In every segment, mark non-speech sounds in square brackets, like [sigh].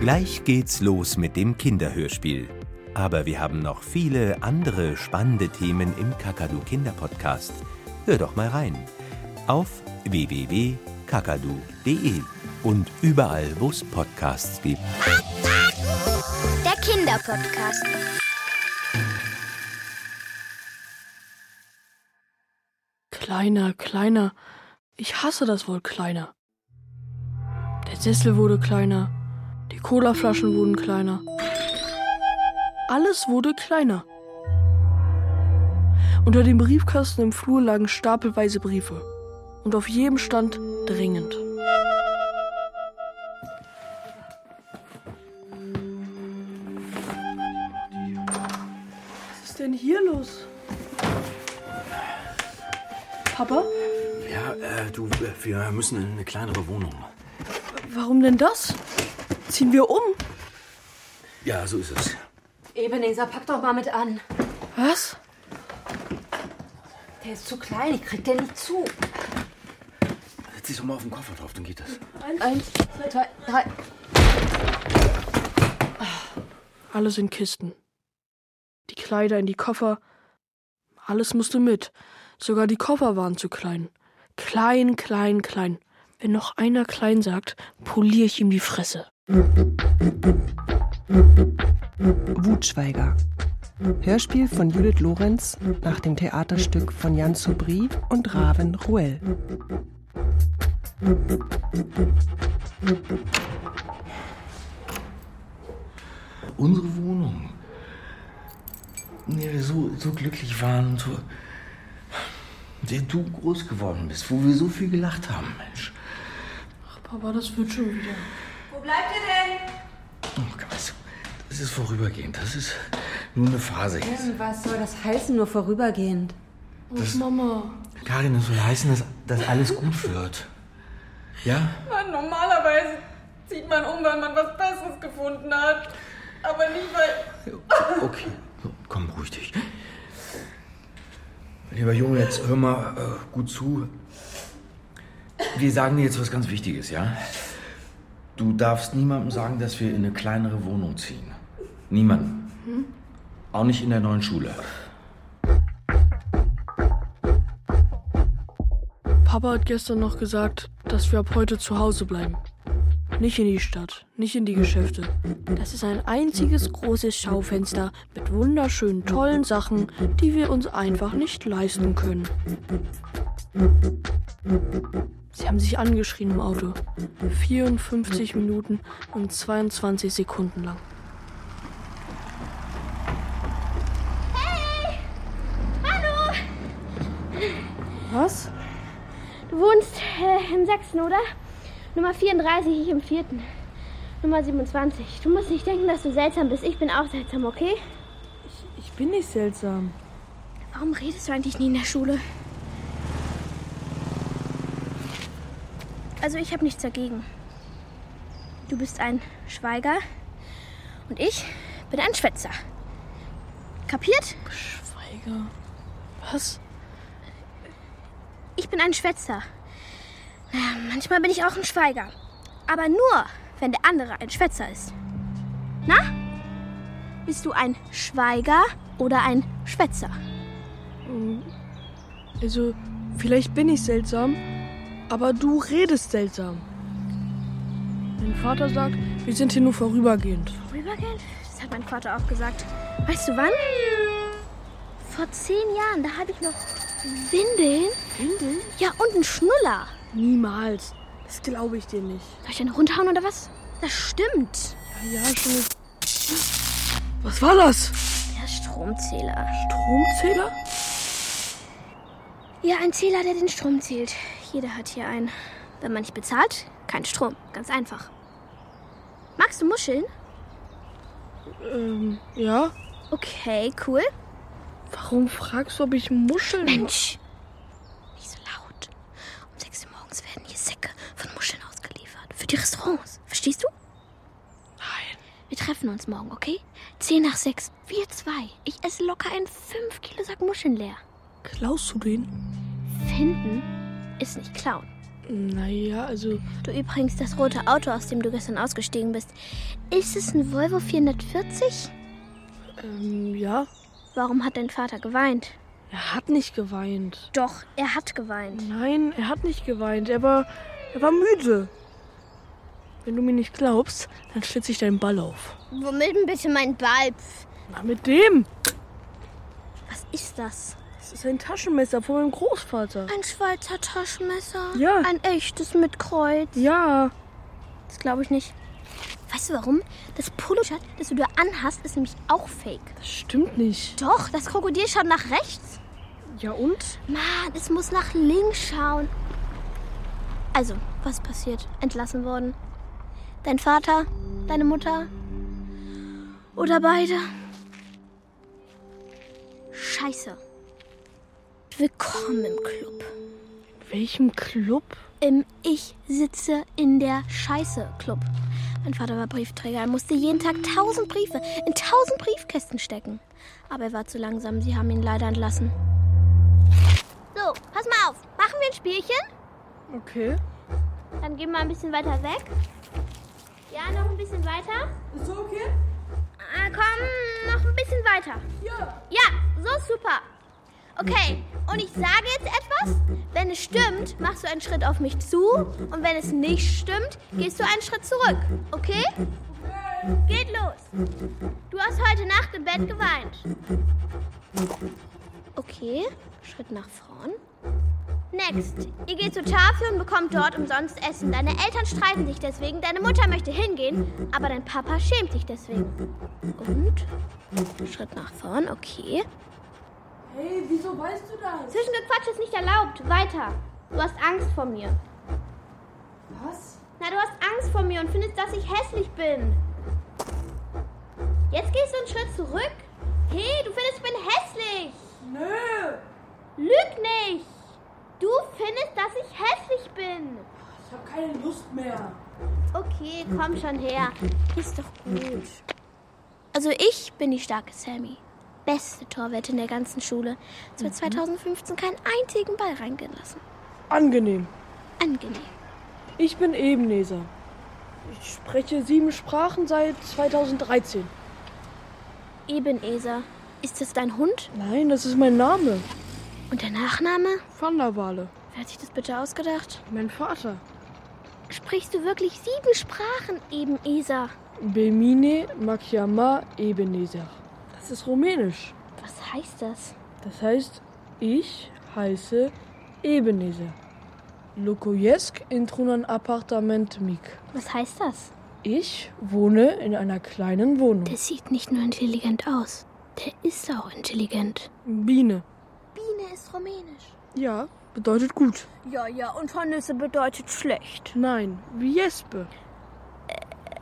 Gleich geht's los mit dem Kinderhörspiel. Aber wir haben noch viele andere spannende Themen im Kakadu Kinderpodcast. Hör doch mal rein. Auf www.kakadu.de und überall, wo es Podcasts gibt. Der Kinderpodcast. Kleiner, kleiner. Ich hasse das Wort kleiner. Der Sessel wurde kleiner. Die Colaflaschen wurden kleiner. Alles wurde kleiner. Unter dem Briefkasten im Flur lagen stapelweise Briefe. Und auf jedem stand dringend. Was ist denn hier los? Papa, Ja, äh, du, äh, wir müssen in eine kleinere Wohnung. warum denn das? Ziehen wir um? Ja, so ist es. Ebenezer, pack doch mal mit an. Was? Der ist zu klein, ich krieg den nicht zu. Setz dich doch mal auf den Koffer drauf, dann geht das. Eins, zwei, drei. Ah, Alles in Kisten. Die Kleider in die Koffer. Alles musste mit. Sogar die Koffer waren zu klein. Klein, klein, klein. Wenn noch einer klein sagt, poliere ich ihm die Fresse. Wutschweiger. Hörspiel von Judith Lorenz nach dem Theaterstück von Jan Sobri und Raven Ruel. Unsere Wohnung. In der wir so, so glücklich waren, und so, in der du groß geworden bist, wo wir so viel gelacht haben, Mensch. Ach, Papa, das wird schon wieder. Oh, krass. Das ist vorübergehend. Das ist nur eine Phase jetzt. Hm, Was soll das heißen, nur vorübergehend? Und Mama. Karin, das soll heißen, dass, dass alles gut wird. Ja? Mann, normalerweise zieht man um, weil man was Besseres gefunden hat. Aber nicht, weil [laughs] Okay, so, komm, ruhig dich. Lieber Junge, jetzt hör mal äh, gut zu. Wir sagen dir jetzt was ganz Wichtiges, ja? Du darfst niemandem sagen, dass wir in eine kleinere Wohnung ziehen. Niemandem. Auch nicht in der neuen Schule. Papa hat gestern noch gesagt, dass wir ab heute zu Hause bleiben. Nicht in die Stadt, nicht in die Geschäfte. Das ist ein einziges großes Schaufenster mit wunderschönen, tollen Sachen, die wir uns einfach nicht leisten können. Sie haben sich angeschrien im Auto. 54 Minuten und 22 Sekunden lang. Hallo, Was? du wohnst äh, im sechsten, oder? Nummer 34, ich im vierten. Nummer 27. Du musst nicht denken, dass du seltsam bist. Ich bin auch seltsam, okay? Ich bin nicht seltsam. Warum redest du eigentlich nie in der Schule? Also ich habe nichts dagegen. Du bist ein Schweiger und ich bin ein Schwätzer. Kapiert? Schweiger. Was? Ich bin ein Schwätzer. Naja, manchmal bin ich auch ein Schweiger. Aber nur, wenn der andere ein Schwätzer ist. Na? Bist du ein Schweiger oder ein Schwätzer? Mm. Also, vielleicht bin ich seltsam, aber du redest seltsam. Mein Vater sagt, wir sind hier nur vorübergehend. Vorübergehend? Das hat mein Vater auch gesagt. Weißt du wann? Vor zehn Jahren, da hatte ich noch Windeln. Windeln? Ja, und einen Schnuller. Niemals. Das glaube ich dir nicht. Soll ich dann runterhauen oder was? Das stimmt. Ja, ja, schon. Was war das? Der Stromzähler. Stromzähler? Ja, ein Zähler, der den Strom zählt. Jeder hat hier einen. Wenn man nicht bezahlt, kein Strom. Ganz einfach. Magst du Muscheln? Ähm, ja. Okay, cool. Warum fragst du, ob ich Muscheln. Mensch! Nicht so laut. Um 6 Uhr morgens werden hier Säcke von Muscheln ausgeliefert. Für die Restaurants. Verstehst du? Nein. Wir treffen uns morgen, okay? 10 nach 6. Wir zwei. Ich esse locker einen 5 Kilo Sack Muscheln leer. Klaust du den? Finden ist nicht klauen. Naja, also Du übrigens, das rote Auto, aus dem du gestern ausgestiegen bist, ist es ein Volvo 440? ähm, ja, Warum hat dein Vater geweint? er hat nicht geweint. Doch, er hat geweint. Nein, er hat nicht geweint. Er war, er war müde. Wenn du mir nicht glaubst, dann schlitze ich deinen Ball auf. Womit denn bitte mein Ball? Na, mit dem. Was ist das? Das ist ein Taschenmesser von meinem Großvater. Ein Schweizer Taschenmesser? Ja. Ein echtes mit Kreuz? Ja. Das glaube ich nicht. Weißt du warum? Das Poloshirt, das du da anhast, ist nämlich auch fake. Das stimmt nicht. Doch, das Krokodil schaut nach rechts. Ja und? Mann, es muss nach links schauen. Also, was passiert? Entlassen worden. Dein Vater, deine Mutter oder beide? Scheiße. Willkommen im Club. Welchem Club? Im Ähm, Ich sitze in der Scheiße Club. Mein Vater war Briefträger. Er musste jeden Tag tausend Briefe in tausend Briefkästen stecken. Aber er war zu langsam. Sie haben ihn leider entlassen. So, pass mal auf. Machen wir ein Spielchen? Okay. Dann gehen wir ein bisschen weiter weg. Ja, noch ein bisschen weiter. Ist so okay? Ah, komm, noch ein bisschen weiter. Ja. Ja, so super. Okay, und ich sage jetzt etwas. Wenn es stimmt, machst du einen Schritt auf mich zu. Und wenn es nicht stimmt, gehst du einen Schritt zurück. Okay? Geht los. Du hast heute Nacht im Bett geweint. Okay, Schritt nach vorn. Next. Ihr geht zur Tafel und bekommt dort umsonst Essen. Deine Eltern streiten sich deswegen, deine Mutter möchte hingehen, aber dein Papa schämt sich deswegen. Und? Schritt nach vorn, okay. Hey, wieso weißt du das? Zwischengequatsch ist nicht erlaubt. Weiter. Du hast Angst vor mir. Was? Na, du hast Angst vor mir und findest, dass ich hässlich bin. Jetzt gehst du einen Schritt zurück. Hey, du findest, ich bin hässlich. Nö. Lüg nicht. Du findest, dass ich hässlich bin. Ich habe keine Lust mehr. Okay, komm schon her. Ist doch gut. Also ich bin die starke Sammy. Beste Torwette in der ganzen Schule. Seit 2015 keinen einzigen Ball reingehen lassen. Angenehm. Angenehm. Ich bin Ebenezer. Ich spreche sieben Sprachen seit 2013. Ebenezer. Ist das dein Hund? Nein, das ist mein Name. Und der Nachname? Vanderwale. Wer hat sich das bitte ausgedacht? Mein Vater. Sprichst du wirklich sieben Sprachen, Ebenezer? Bemine Makiama Ebenezer. Das ist rumänisch. Was heißt das? Das heißt, ich heiße Ebenezer. Lokoyesk intrunan apartament mik. Was heißt das? Ich wohne in einer kleinen Wohnung. Der sieht nicht nur intelligent aus, der ist auch intelligent. Biene. Biene ist rumänisch. Ja, bedeutet gut. Ja, ja, und Hornüsse bedeutet schlecht. Äh, Nein, wie Jespe.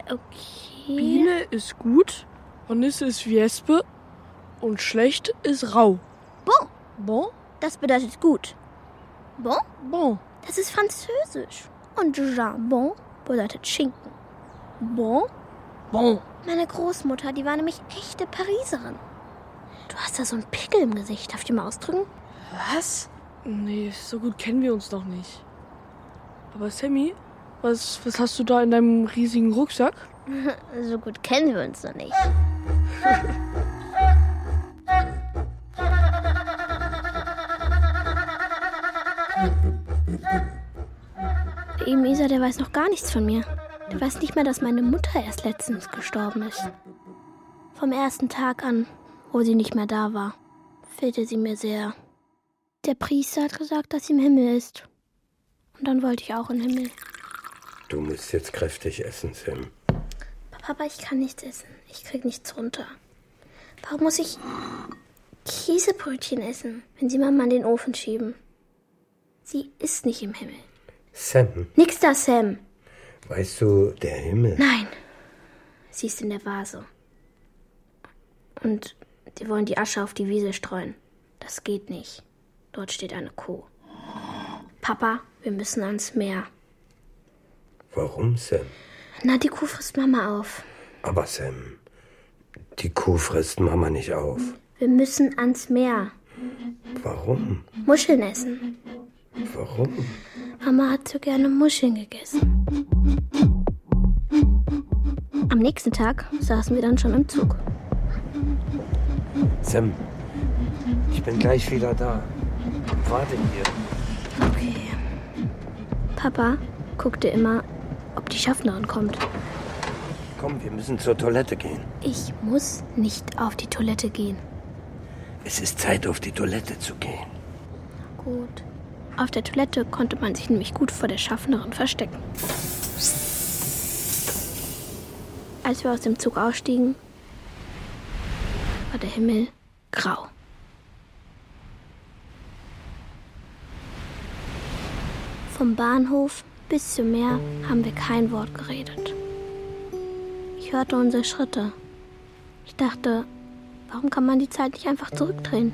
Okay. Biene ist gut, Hornisse ist wie Jespe und schlecht ist rau. Bon, Bon? das bedeutet gut. Bon, Bon. das ist französisch. Und Jambon bedeutet Schinken. Bon, Bon. meine Großmutter, die war nämlich echte Pariserin. Du hast da so einen Pickel im Gesicht. Darf ich dir mal ausdrücken? Was? Nee, so gut kennen wir uns noch nicht. Aber Sammy, was, was hast du da in deinem riesigen Rucksack? [laughs] So gut kennen wir uns noch nicht. Der Ebenezer, der weiß noch gar nichts von mir. Der weiß nicht mehr, dass meine Mutter erst letztens gestorben ist. Vom ersten Tag an, wo sie nicht mehr da war, fehlte sie mir sehr. Der Priester hat gesagt, dass sie im Himmel ist. Und dann wollte ich auch in den Himmel. Du musst jetzt kräftig essen, Sam. Papa, ich kann nichts essen. Ich krieg nichts runter. Warum muss ich Käsebrötchen essen, wenn sie Mama in den Ofen schieben? Sie ist nicht im Himmel. Sam, Nix da, Sam. weißt du, der Himmel? Nein. Sie ist in der Vase. Und die wollen die Asche auf die Wiese streuen. Das geht nicht. Dort steht eine Kuh. Papa, wir müssen ans Meer. Warum, Sam? Na, die Kuh frisst Mama auf. Aber Sam, die Kuh frisst Mama nicht auf. Wir müssen ans Meer. Warum? Muscheln essen. Warum? Mama hat so gerne Muscheln gegessen. Am nächsten Tag saßen wir dann schon im Zug. Sam, ich bin gleich wieder da. Warte hier. Okay. Papa guckte immer, ob die Schaffnerin kommt. Komm, wir müssen zur Toilette gehen. Ich muss nicht auf die Toilette gehen. Es ist Zeit, auf die Toilette zu gehen. Gut. Auf der Toilette konnte man sich nämlich gut vor der Schaffnerin verstecken. Als wir aus dem Zug ausstiegen, war der Himmel grau. Vom Bahnhof bis zum Meer haben wir kein Wort geredet. Ich hörte unsere Schritte. Ich dachte, warum kann man die Zeit nicht einfach zurückdrehen?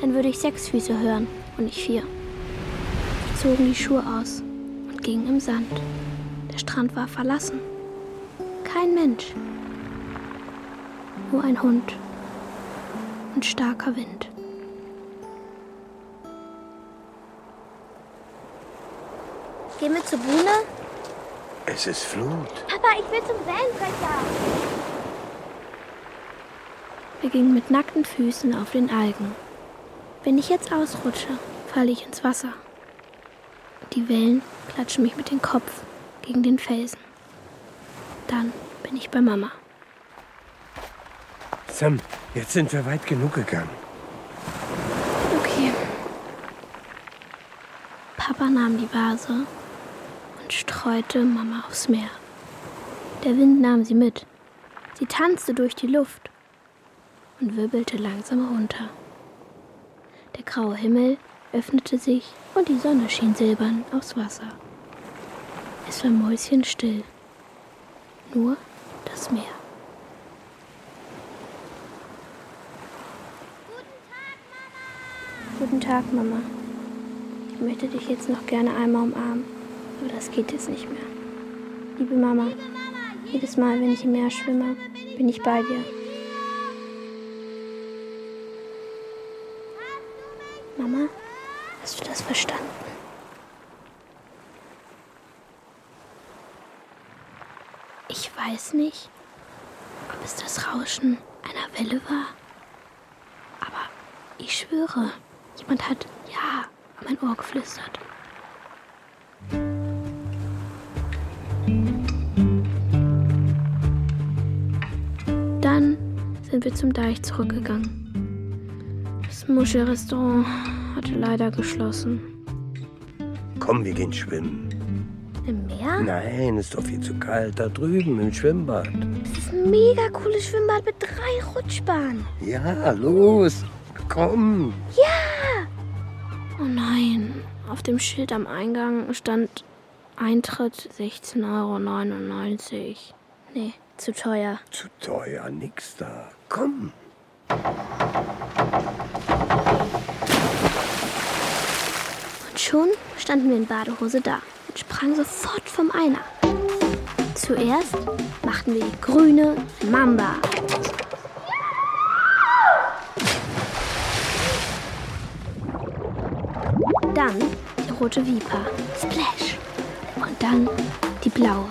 Dann würde ich sechs Füße hören und nicht vier. Wir zogen die Schuhe aus und gingen im Sand. Der Strand war verlassen. Kein Mensch. Nur ein Hund und starker Wind. Gehen wir zur Bühne? Es ist Flut. Papa, ich will zum Wellenbrecher. Wir gingen mit nackten Füßen auf den Algen. Wenn ich jetzt ausrutsche, falle ich ins Wasser. Die Wellen klatschen mich mit dem Kopf gegen den Felsen. Dann bin ich bei Mama. Sam, jetzt sind wir weit genug gegangen. Okay. Papa nahm die Vase und streute Mama aufs Meer. Der Wind nahm sie mit. Sie tanzte durch die Luft und wirbelte langsam runter. Der graue Himmel öffnete sich und die Sonne schien silbern aufs Wasser. Es war mäuschenstill. Nur das Meer. Guten Tag, Mama. Ich möchte dich jetzt noch gerne einmal umarmen, aber das geht jetzt nicht mehr. Liebe Mama, jedes Mal, wenn ich im Meer schwimme, bin ich bei dir. Mama, hast du das verstanden? Ich weiß nicht, ob es das Rauschen einer Welle war, aber ich schwöre, jemand hat ja an mein Ohr geflüstert. Dann sind wir zum Deich zurückgegangen. Das Muschelrestaurant hatte leider geschlossen. Komm, wir gehen schwimmen. Im Meer? Nein, ist doch viel zu kalt. Da drüben im Schwimmbad. Das ist ein mega cooles Schwimmbad mit drei Rutschbahnen. Ja, los. Komm. Oh nein. Auf dem Schild am Eingang stand Eintritt 16,99 Euro. Nee, zu teuer. Zu teuer, nix da. Komm. Und schon standen wir in Badehose da und sprangen sofort vom Einer. Zuerst machten wir die grüne Mamba. Dann die rote Viper. Splash. Und dann die blaue.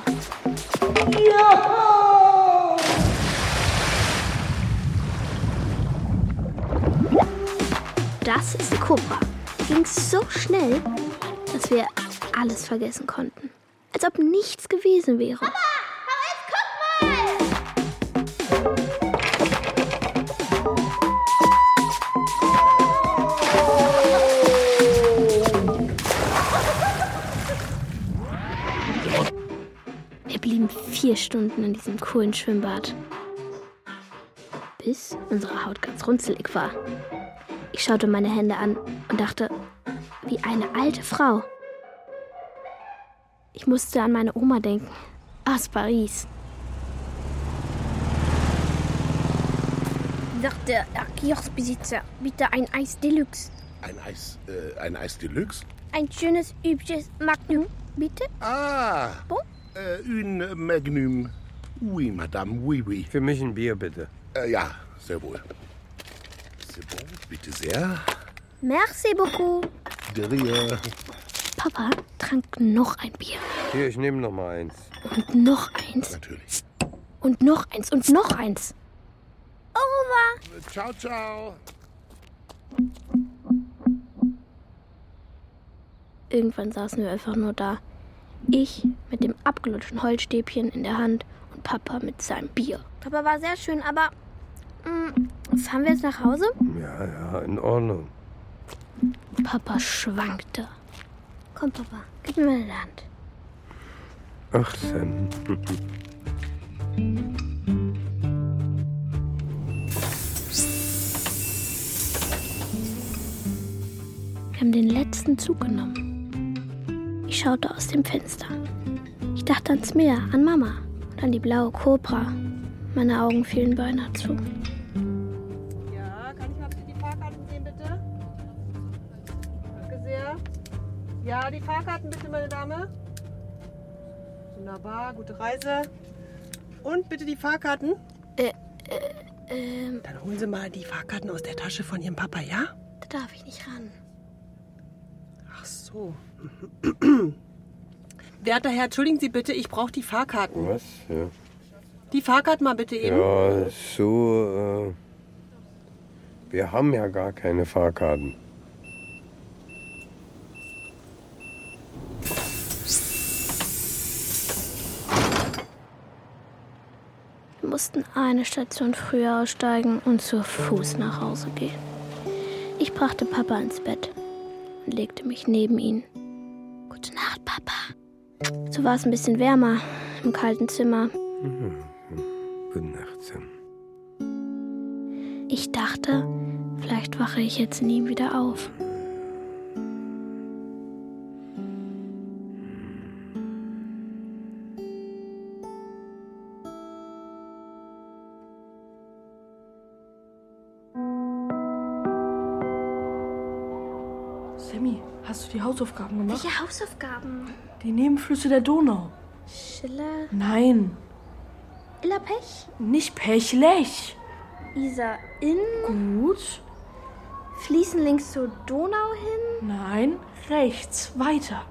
Das ist die Cobra. Die Ging so schnell, dass wir alles vergessen konnten. Als ob nichts gewesen wäre. Papa, guck mal! Wir blieben vier Stunden in diesem coolen Schwimmbad. Bis unsere Haut ganz runzelig war. Ich schaute meine Hände an und dachte, wie eine alte Frau. Ich musste an meine Oma denken, aus Paris. Sagte der Kioskbesitzer, bitte ein Eis Deluxe. Ein Eis, äh, ein Eis Deluxe? Ein schönes, übliches Magnum, bitte. Ah! Bon? Äh, une Magnum. Oui, Madame, oui, oui. Für mich ein Bier, bitte. Äh, ja, sehr wohl. Sehr wohl, bitte sehr. Merci beaucoup. Derrière. Papa trank noch ein Bier. Hier, ich nehme noch mal eins. Und noch eins. Natürlich. Und noch eins. Und noch eins. Over. Ciao, ciao. Irgendwann saßen wir einfach nur da. Ich mit dem abgelutschten Holzstäbchen in der Hand und Papa mit seinem Bier. Papa war sehr schön, aber mm, fahren wir jetzt nach Hause? Ja, ja, in Ordnung. Papa schwankte. Komm, Papa, gib mir meine Hand. 18. Wir haben den letzten Zug genommen. Ich schaute aus dem Fenster. Ich dachte ans Meer, an Mama und an die blaue Kobra. Meine Augen fielen beinahe zu. Ja, kann ich mal bitte die Fahrkarten sehen, bitte? Danke sehr. Ja, die Fahrkarten bitte, meine Dame. Wunderbar, gute Reise. Und bitte die Fahrkarten. Ähm, Dann holen Sie mal die Fahrkarten aus der Tasche von Ihrem Papa, ja? da darf ich nicht ran. Ach so. [clears throat] Werter Herr, entschuldigen Sie bitte, ich brauche die Fahrkarten. Was? Ja, Die Fahrkarten mal bitte eben. ja so. Äh, wir haben ja gar keine Fahrkarten. Wir mussten eine Station früher aussteigen und zu Fuß nach Hause gehen. Ich brachte Papa ins Bett und legte mich neben ihn. Gute Nacht, Papa. So war es ein bisschen wärmer im kalten Zimmer. Hm, Gute Nacht, Sam. Ich dachte, vielleicht wache ich jetzt nie wieder auf. Sammy, hast du die Hausaufgaben gemacht? Welche Hausaufgaben? Die Nebenflüsse der Donau. Schiller, Nein, Illa Pech, nicht Pechlech. Isa in, Gut. fließen links zur Donau hin? Nein, rechts, weiter.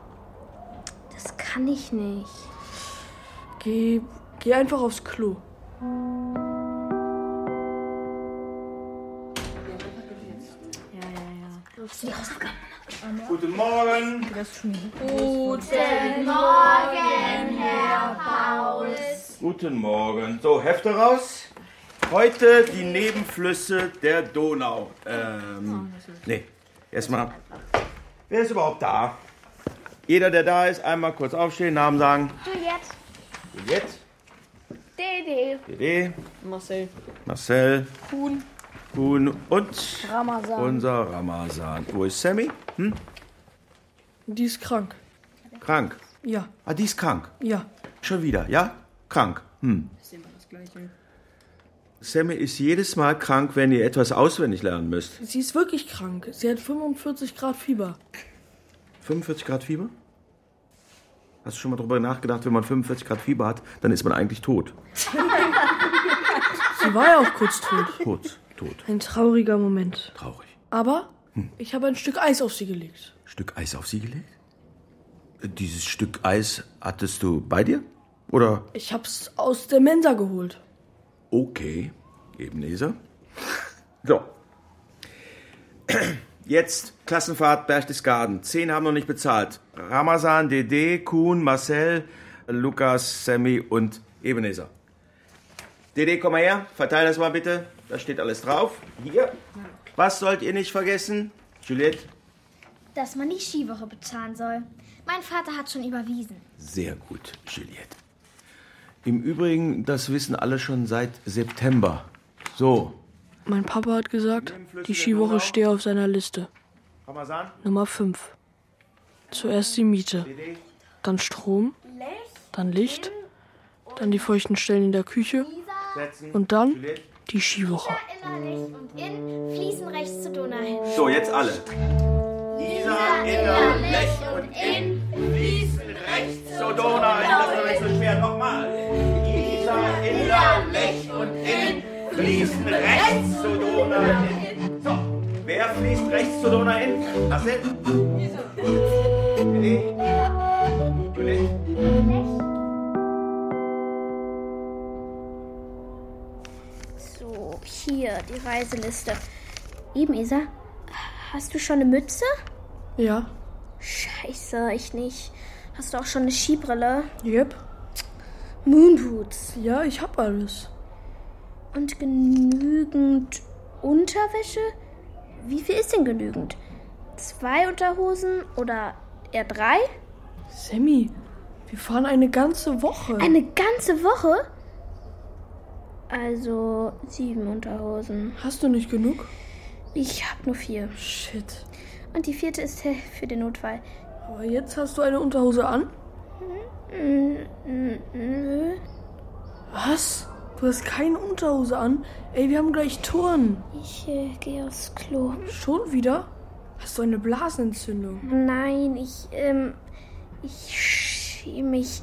Das kann ich nicht. Geh, geh einfach aufs Klo. Guten Morgen. Guten Morgen, Herr Paulus. Guten Morgen. So, Hefte raus. Heute die Nebenflüsse der Donau. Ähm, nee, erstmal. Wer ist überhaupt da? Jeder, der da ist, einmal kurz aufstehen, Namen sagen. Juliette, Jetzt. Dede, DD, Marcel. Marcel, Kuhn. Kuhn und Ramazan. unser Ramazan. Wo ist Sammy? Hm? Die ist krank. Krank. Ja, Ah, die ist krank. ja. Schon wieder, ja? Krank. Hm. Ist immer das Gleiche. Sammy ist jedes Mal krank, wenn ihr etwas auswendig lernen müsst. Sie ist wirklich krank. Sie hat 45 Grad Fieber. [laughs] 45 Grad Fieber? Hast du schon mal darüber nachgedacht, wenn man 45 Grad Fieber hat, dann ist man eigentlich tot. Sie war ja auch kurz tot. Tot, tot, Ein trauriger Moment. traurig. Aber ich habe ein Stück Eis auf sie gelegt. [laughs] Stück Eis auf sie gelegt? Äh, Dieses Stück Eis hattest du bei dir? Oder Ich hab's aus der Mensa geholt. okay, Ebenezer? [laughs] So. Jetzt Klassenfahrt Berchtesgaden. Zehn haben noch nicht bezahlt. Ramazan, DD, Kuhn, Marcel, Lukas, Sammy und Ebenezer. DD, komm mal her, verteil das mal bitte. Da steht alles drauf. Hier. Was sollt ihr nicht vergessen? Juliette, dass man die Skiwoche bezahlen soll. Mein Vater hat schon überwiesen. Sehr gut, Juliette. Im Übrigen, das wissen alle schon seit September. So. Mein Papa hat gesagt, die Skiwoche stehe auf seiner Liste. Ramazan, Nummer 5. Zuerst die Miete, DD, dann Strom, dann Licht, dann die feuchten Stellen in der Küche setzen. und dann Juliette. die Skiwoche. Innerlich und in fließen rechts zur Donau hin. So, jetzt alle. Dieser innerlich und in fließen rechts zur Donau. hin. Das war nicht so schwer. Nochmal. Dieser innerlich und in fließen rechts zur Donau. hin. So, wer fließt rechts zur Donau hin? Marcel? So, hier die Reiseliste. Eben, Isa, hast du schon eine Mütze? Ja. Scheiße, ich nicht. Hast du auch schon eine Skibrille? Yep. Moonboots. Ja, ich hab alles. Und genügend Unterwäsche? Wie viel ist denn genügend? Zwei Unterhosen oder eher drei? Sammy, wir fahren eine ganze Woche. Eine ganze Woche? Also sieben Unterhosen. Hast du nicht genug? Ich hab nur vier. Shit. Und die vierte ist [laughs] für den Notfall. Aber jetzt hast du eine Unterhose an? Nö. Was? Du hast keine Unterhose an? Ey, wir haben gleich Turnen. Ich äh, gehe aufs Klo. Schon wieder? Hast du eine Blasenentzündung? Nein, ich, ähm, ich schäme mich.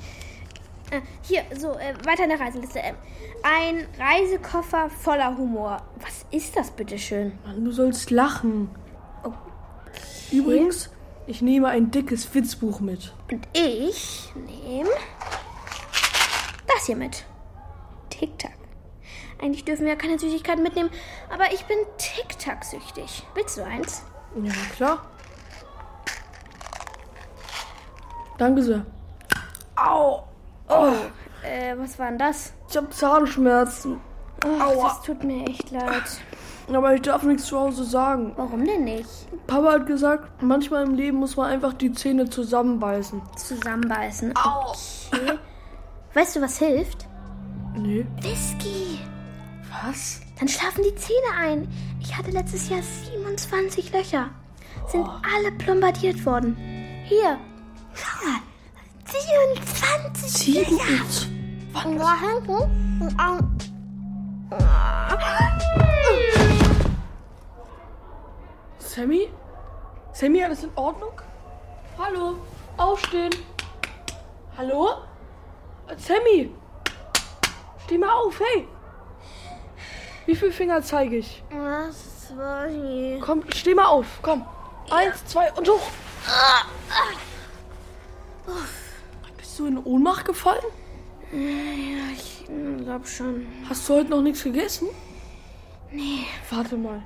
Äh, hier, so, äh, weiter in der Reiseliste. Ähm, ein Reisekoffer voller Humor. Was ist das, bitteschön? Mann, du sollst lachen. Übrigens, ich nehme ein dickes Witzbuch mit. Und ich nehme das hier mit. Tic-Tac. Eigentlich dürfen wir ja keine Süßigkeiten mitnehmen, aber ich bin Tic-Tac-süchtig. Willst du eins? Ja, klar. Danke sehr. Au! Oh, äh, was war denn das? Ich habe Zahnschmerzen. Ach, Aua. Das tut mir echt leid. Aber ich darf nichts zu Hause sagen. Warum denn nicht? Papa hat gesagt, manchmal im Leben muss man einfach die Zähne zusammenbeißen. Zusammenbeißen. Okay. Weißt du, was hilft? Nee. Whisky. Was? Dann schlafen die Zähne ein. Ich hatte letztes Jahr 27 Löcher. Sind Oh. alle plombardiert worden. Hier. Ja, 27 Löcher. Und da hinten. Und an- Ah, Sammy? Sammy, alles in Ordnung? Hallo? Aufstehen. Hallo? Sammy! Steh mal auf, hey! Wie viele Finger zeige ich? Was war hier? Komm, steh mal auf, komm. Eins, zwei und hoch. Ah. Bist du in Ohnmacht gefallen? Ja, ich glaub schon. Hast du heute noch nichts gegessen? Nee. Warte mal.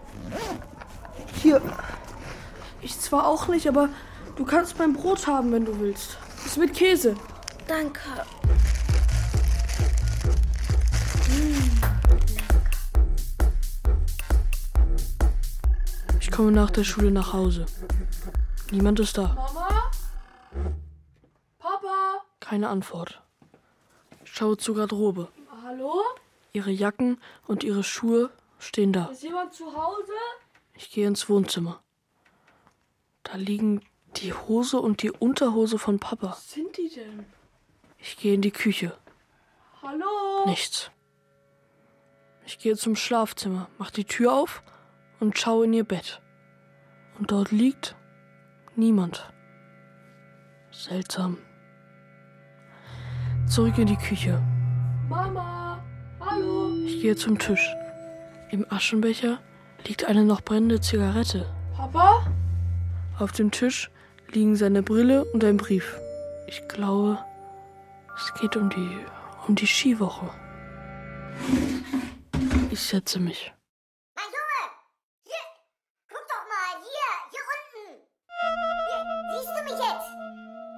Hier. Ich zwar auch nicht, aber du kannst mein Brot haben, wenn du willst. Ist mit Käse. Danke. Ich komme nach der Schule nach Hause. Niemand ist da. Mama? Papa? Keine Antwort. Ich schaue zur Garderobe. Hallo? Ihre Jacken und ihre Schuhe stehen da. Ist jemand zu Hause? Ich gehe ins Wohnzimmer. Da liegen die Hose und die Unterhose von Papa. Was sind die denn? Ich gehe in die Küche. Hallo? Nichts. Ich gehe zum Schlafzimmer, mache die Tür auf und schaue in ihr Bett. Und dort liegt niemand. Seltsam. Zurück in die Küche. Mama? Hallo? Ich gehe zum Tisch. Im Aschenbecher liegt eine noch brennende Zigarette. Papa? Auf dem Tisch liegen seine Brille und ein Brief. Ich glaube, es geht um die um die Skiwoche. Ich setze mich. Mein Junge! Hier! Guck doch mal! Hier! Hier unten! Hier, siehst du mich jetzt?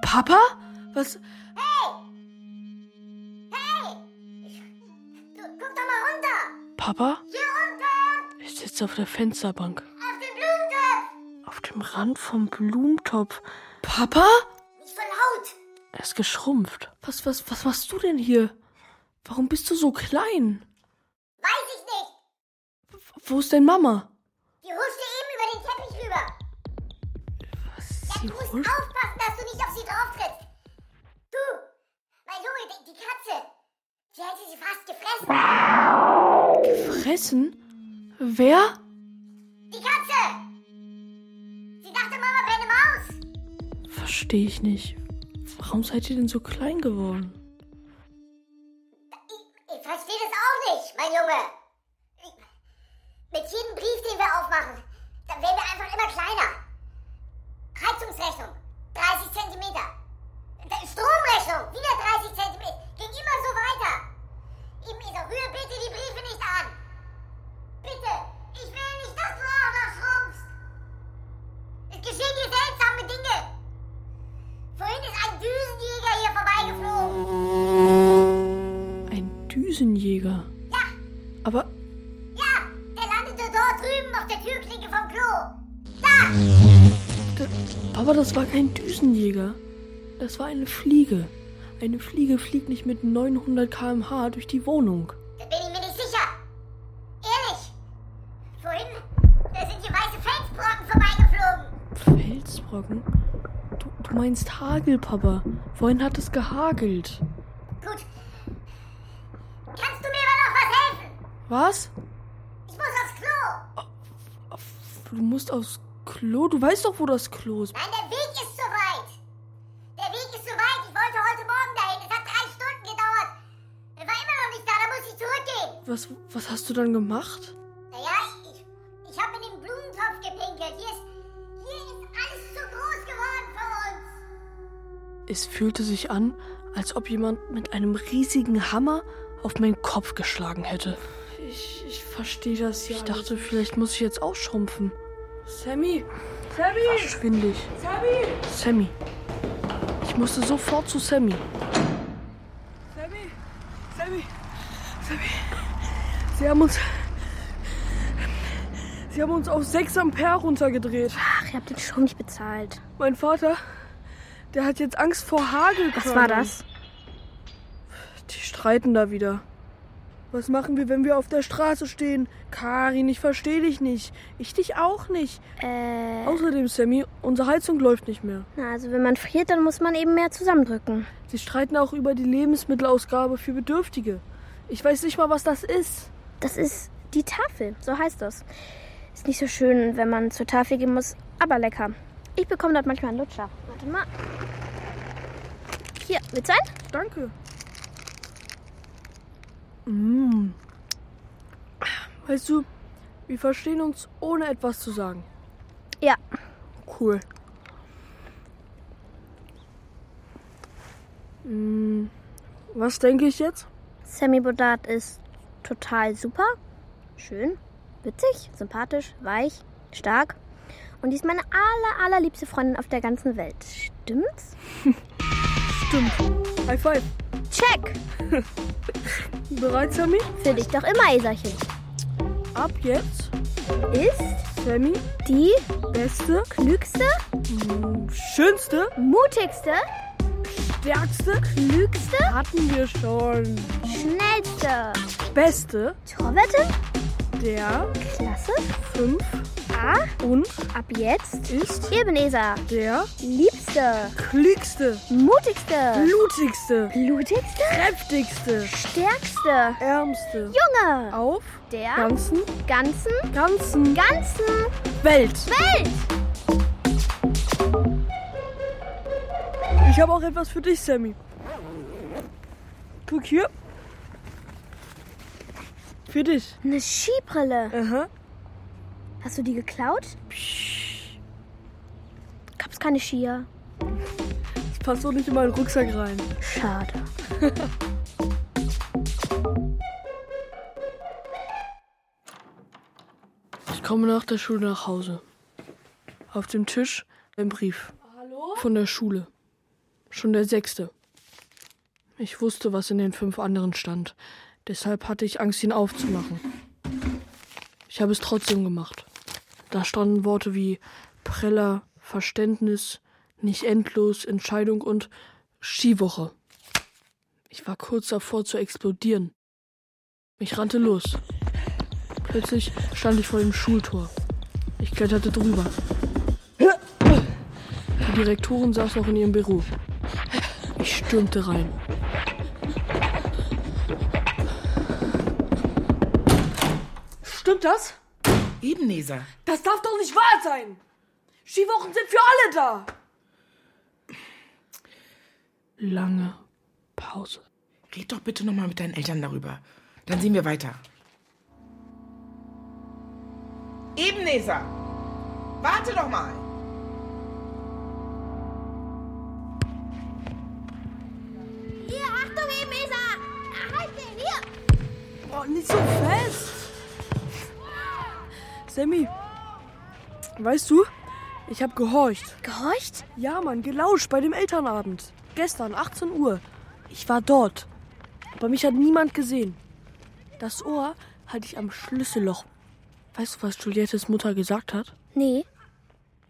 Papa? Was? Hey! Hey! Du, guck doch mal runter! Papa? Hier unten! Ich sitze auf der Fensterbank. Auf dem Blumentopf! Auf dem Rand vom Blumentopf. Papa? Nicht so laut! Er ist geschrumpft. Was, was, was machst du denn hier? Warum bist du so klein? Weiß ich nicht! Wo ist denn Mama? Die huschte eben über den Teppich rüber! Sie Du huscht. musst aufpassen, dass du nicht auf sie drauf trittst! Du! Mein Junge, die, die Katze! Die hätte sie fast gefressen! Fressen? Wer? Die Katze! Sie dachte, Mama wäre eine Maus! Verstehe ich nicht. Warum seid ihr denn so klein geworden? Ich verstehe das auch nicht, mein Junge. Ich- Mit jedem Brief, den wir aufmachen, dann werden wir einfach immer kleiner. Heizungsrechnung. 30 Zentimeter. D- Stromrechnung, wieder 30 Zentimeter. Ging immer so weiter. Ebenezer, rühr bitte die Briefe nicht an. Bitte, ich will nicht, dass du auch noch schrumpfst. Es geschehen hier seltsame Dinge. Vorhin ist ein Düsenjäger hier vorbeigeflogen. Ein Düsenjäger. Ja, Aber ja, der landete dort drüben auf der Türklinke vom Klo. D- Papa, das war kein Düsenjäger. Das war eine Fliege. Eine Fliege fliegt nicht mit 900 km/h durch die Wohnung. Da bin ich mir nicht sicher. Ehrlich. Vorhin, da sind hier weiße Felsbrocken vorbeigeflogen. Felsbrocken? Du, du meinst Hagel, Papa. Vorhin hat es gehagelt. Gut. Kannst du mir aber noch was helfen? Was? Ich muss aufs Klo. Du musst aufs Klo. Du weißt doch, wo das Klo ist. Nein, der Weg ist zu weit. Der Weg ist zu weit. Ich wollte heute Morgen dahin. Es hat drei Stunden gedauert. Er war immer noch nicht da. Da muss ich zurückgehen. Was, was hast du dann gemacht? Naja, ich, ich habe in den Blumentopf gepinkelt. Hier ist, hier ist alles zu groß geworden für uns. Es fühlte sich an, als ob jemand mit einem riesigen Hammer auf meinen Kopf geschlagen hätte. Ich, ich verstehe das ja. Ich dachte, vielleicht muss ich jetzt auch schrumpfen. Sammy! Sammy! War schwindelig. Sammy! Sammy. Ich musste sofort zu Sammy. Sammy! Sammy! Sie haben uns. Sie haben uns auf 6 Ampere runtergedreht. Ach, ihr habt den Strom nicht bezahlt. Mein Vater, der hat jetzt Angst vor Hagel. Was war das? Die streiten da wieder. Was machen wir, wenn wir auf der Straße stehen? Karin, ich verstehe dich nicht. Ich dich auch nicht. Außerdem, Sammy, unsere Heizung läuft nicht mehr. Äh. Na, also wenn man friert, dann muss man eben mehr zusammendrücken. Sie streiten auch über die Lebensmittelausgabe für Bedürftige. Ich weiß nicht mal, was das ist. Das ist die Tafel, so heißt das. Ist nicht so schön, wenn man zur Tafel gehen muss, aber lecker. Ich bekomme dort manchmal einen Lutscher. Warte mal. Hier, willst du einen? Danke. Mm. Weißt du, wir verstehen uns ohne etwas zu sagen. Ja. Cool. Mm. Was denke ich jetzt? Sammy Bodart ist total super, schön, witzig, sympathisch, weich, stark. Und die ist meine aller, allerliebste Freundin auf der ganzen Welt. Stimmt's? [laughs] Stimmt. High five. [laughs] Check! Bereit, Sammy? Für dich doch immer, Eserchen. Ab jetzt Ist Sammy die beste, Hm, klügste, schönste, mutigste, stärkste, klügste, hatten wir schon, schnellste, beste Torwette, der Klasse, 5 A, und ab jetzt, ist Ebenezer, der liebste, klügste, mutigste, blutigste, blutigste, kräftigste, stärkste, ärmste Junge, auf der ganzen, ganzen, ganzen ganzen Welt. Welt. Ich habe auch etwas für dich, Sammy. Guck hier. Für dich. Eine Skibrille. Aha. Hast du die geklaut? Gab's keine Skier? Das passt doch nicht in meinen Rucksack rein. Schade. Ich komme nach der Schule nach Hause. Auf dem Tisch ein Brief Hallo? von der Schule. Schon der sechste. Ich wusste, was in den fünf anderen stand. Deshalb hatte ich Angst, ihn aufzumachen. Ich habe es trotzdem gemacht. Da standen Worte wie Preller, Verständnis, nicht endlos, Entscheidung und Skiwoche. Ich war kurz davor zu explodieren. Ich rannte los. Plötzlich stand ich vor dem Schultor. Ich kletterte drüber. Die Direktorin saß noch in ihrem Büro. Ich stürmte rein. Stimmt das? Ebenezer, Das darf doch nicht wahr sein! Skiwochen sind für alle da! Lange Pause. red doch bitte nochmal mit deinen Eltern darüber. Dann sehen wir weiter. Ebenezer, warte doch mal. nicht so fest. Sammy, weißt du, ich habe gehorcht. Gehorcht? Ja, Mann, gelauscht bei dem Elternabend. Gestern, 18 Uhr. Ich war dort. Aber mich hat niemand gesehen. Das Ohr hatte ich am Schlüsselloch. Weißt du, was Juliettes Mutter gesagt hat? Nee.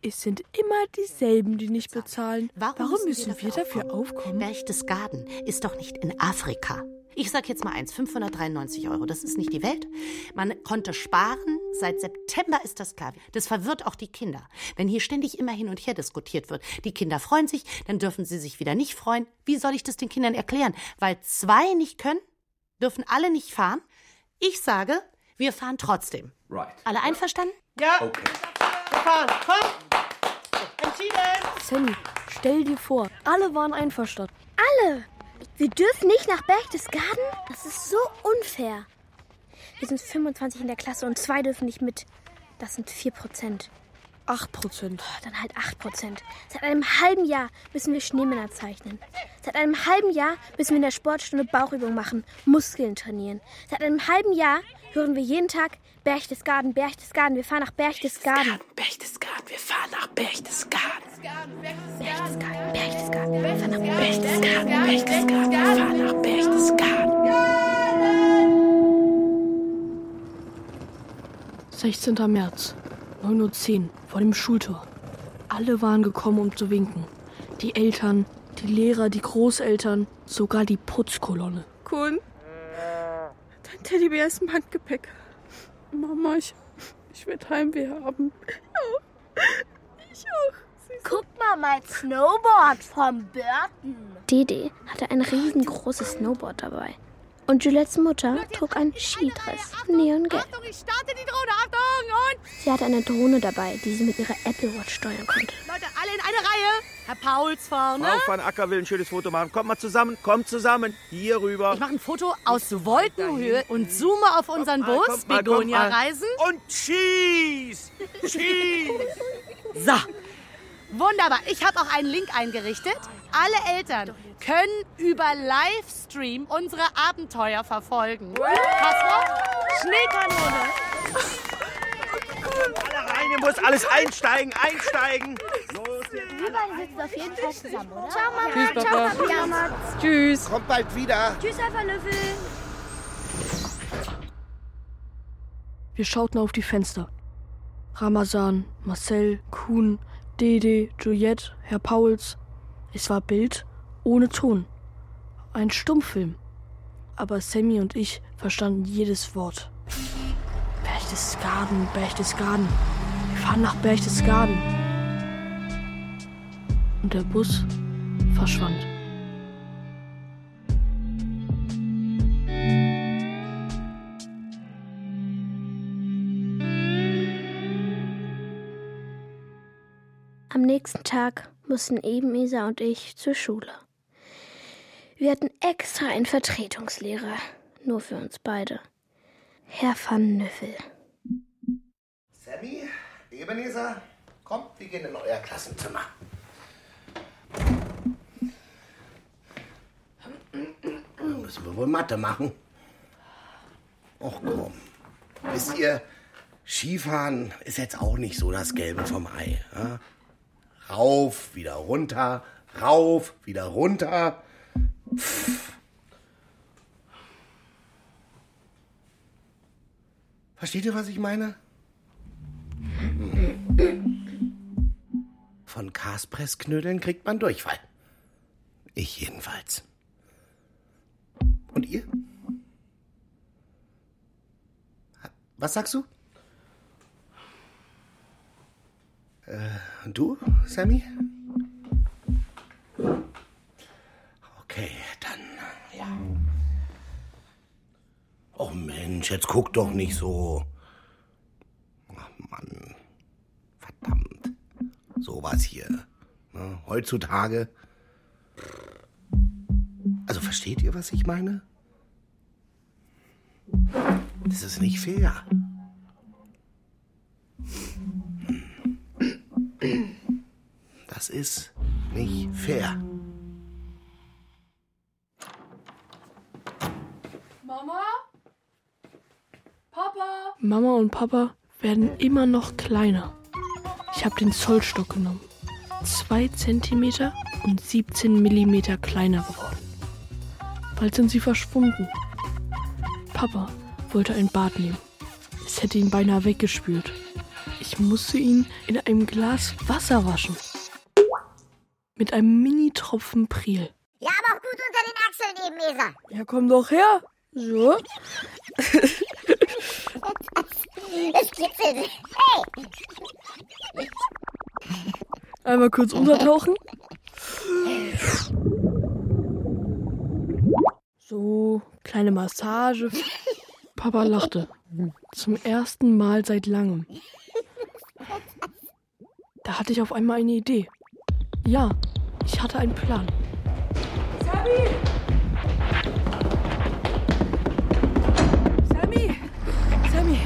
Es sind immer dieselben, die nicht bezahlen. Warum, müssen wir dafür aufkommen? Berchtesgaden ist doch nicht in Afrika. Ich sag jetzt mal eins, 593 Euro, das ist nicht die Welt. Man konnte sparen, seit September ist das klar. Das verwirrt auch die Kinder. Wenn hier ständig immer hin und her diskutiert wird, die Kinder freuen sich, dann dürfen sie sich wieder nicht freuen. Wie soll ich das den Kindern erklären? Weil zwei nicht können, dürfen alle nicht fahren. Ich sage, wir fahren trotzdem. Right. Alle einverstanden? Ja. Okay. Wir fahren. Komm. Entschieden. Sammy, Hm, stell dir vor, alle waren einverstanden. Alle. Wir dürfen nicht nach Berchtesgaden? Das ist so unfair. Wir sind 25 in der Klasse und zwei dürfen nicht mit. Das sind 4 Prozent. 8 Prozent. Dann halt 8 Prozent. Seit einem halben Jahr müssen wir Schneemänner zeichnen. Seit einem halben Jahr müssen wir in der Sportstunde Bauchübungen machen, Muskeln trainieren. Seit einem halben Jahr hören wir jeden Tag Berchtesgaden, Berchtesgaden, wir fahren nach Berchtesgaden. Berchtesgaden, wir fahren nach Berchtesgaden. Berchtesgaden, Berchtesgaden, wir fahren nach Berchtesgaden, Berchtesgaden, wir fahren nach Berchtesgaden. 16. März, 9.10 Uhr, vor dem Schultor. Alle waren gekommen, um zu winken. Die Eltern, die Lehrer, die Großeltern, sogar die Putzkolonne. Kuhn, dein Teddybär ist im Handgepäck. Mama, ich, ich werde Heimweh haben. Ich auch. Guck mal, mein Snowboard vom Burton. Dede hatte ein riesengroßes Snowboard dabei. Und Julettes Mutter trug einen Skidress, neongelb. Achtung, ich starte die Drohne. Achtung und. Sie hatte eine Drohne dabei, die sie mit ihrer Apple Watch steuern konnte. Leute, alle in eine Reihe. Herr Pauls vorne. Frau van Acker will ein schönes Foto machen. Kommt mal zusammen, kommt zusammen. Hier rüber. Ich mache ein Foto aus Wolkenhöhe und zoome auf unseren Kommt mal, Bus, kommt mal, kommt Begonia mal. Reisen. Und schieß! Schieß! [laughs] So, wunderbar. Ich habe auch einen Link eingerichtet. Alle Eltern können über Livestream unsere Abenteuer verfolgen. Passwort? Schneekanone. Alle rein, ihr müsst alles einsteigen, einsteigen. Wir beide sitzen auf jeden Fall zusammen, oder? Ciao, Mama. Tschüss, Ciao, Papa. Papi. Tschüss. Kommt bald wieder. Tschüss, Alpha Löffel. Wir schauten auf die Fenster. Ramazan, Marcel, Kuhn, Dede, Juliette, Herr Pauls. Es war Bild ohne Ton. Ein Stummfilm. Aber Sammy und ich verstanden jedes Wort. Berchtesgaden, Berchtesgaden. Wir fahren nach Berchtesgaden. Und der Bus verschwand. Am nächsten Tag mussten eben Isa und ich zur Schule. Wir hatten extra einen Vertretungslehrer. Nur für uns beide. Herr van Nüffel. Sammy, Ebenezer, kommt, wir gehen in euer Klassenzimmer. Dann [clears throat] müssen wir wohl Mathe machen. Och komm. Wisst ihr, Skifahren ist jetzt auch nicht so das Gelbe vom Ei. Ja? Rauf, wieder runter, rauf, wieder runter. Pff. Versteht ihr, was ich meine? Von Kaspressknödeln kriegt man Durchfall. Ich jedenfalls. Und ihr? Ha- Was sagst du? Äh, und du, Sammy? Okay, dann, ja. Oh Mensch, jetzt guck doch nicht so. sowas hier. Ne? Heutzutage. Also versteht ihr, was ich meine? Das ist nicht fair. Das ist nicht fair. Mama? Papa! Mama und Papa werden immer noch kleiner. Ich habe den Zollstock genommen. 2 cm und 17 mm kleiner geworden. Bald sind sie verschwunden. Papa wollte ein Bad nehmen. Es hätte ihn beinahe weggespült. Ich musste ihn in einem Glas Wasser waschen. Mit einem Mini-Tropfen Priel. Ja, aber auch gut unter den Achseln eben, Esa. Ja, komm doch her. So. Es kitzelt. Hey! Einmal kurz untertauchen. So, kleine Massage. Papa lachte. Zum ersten Mal seit langem. Da hatte ich auf einmal eine Idee. Ja, ich hatte einen Plan. Sammy! Sammy! Sammy!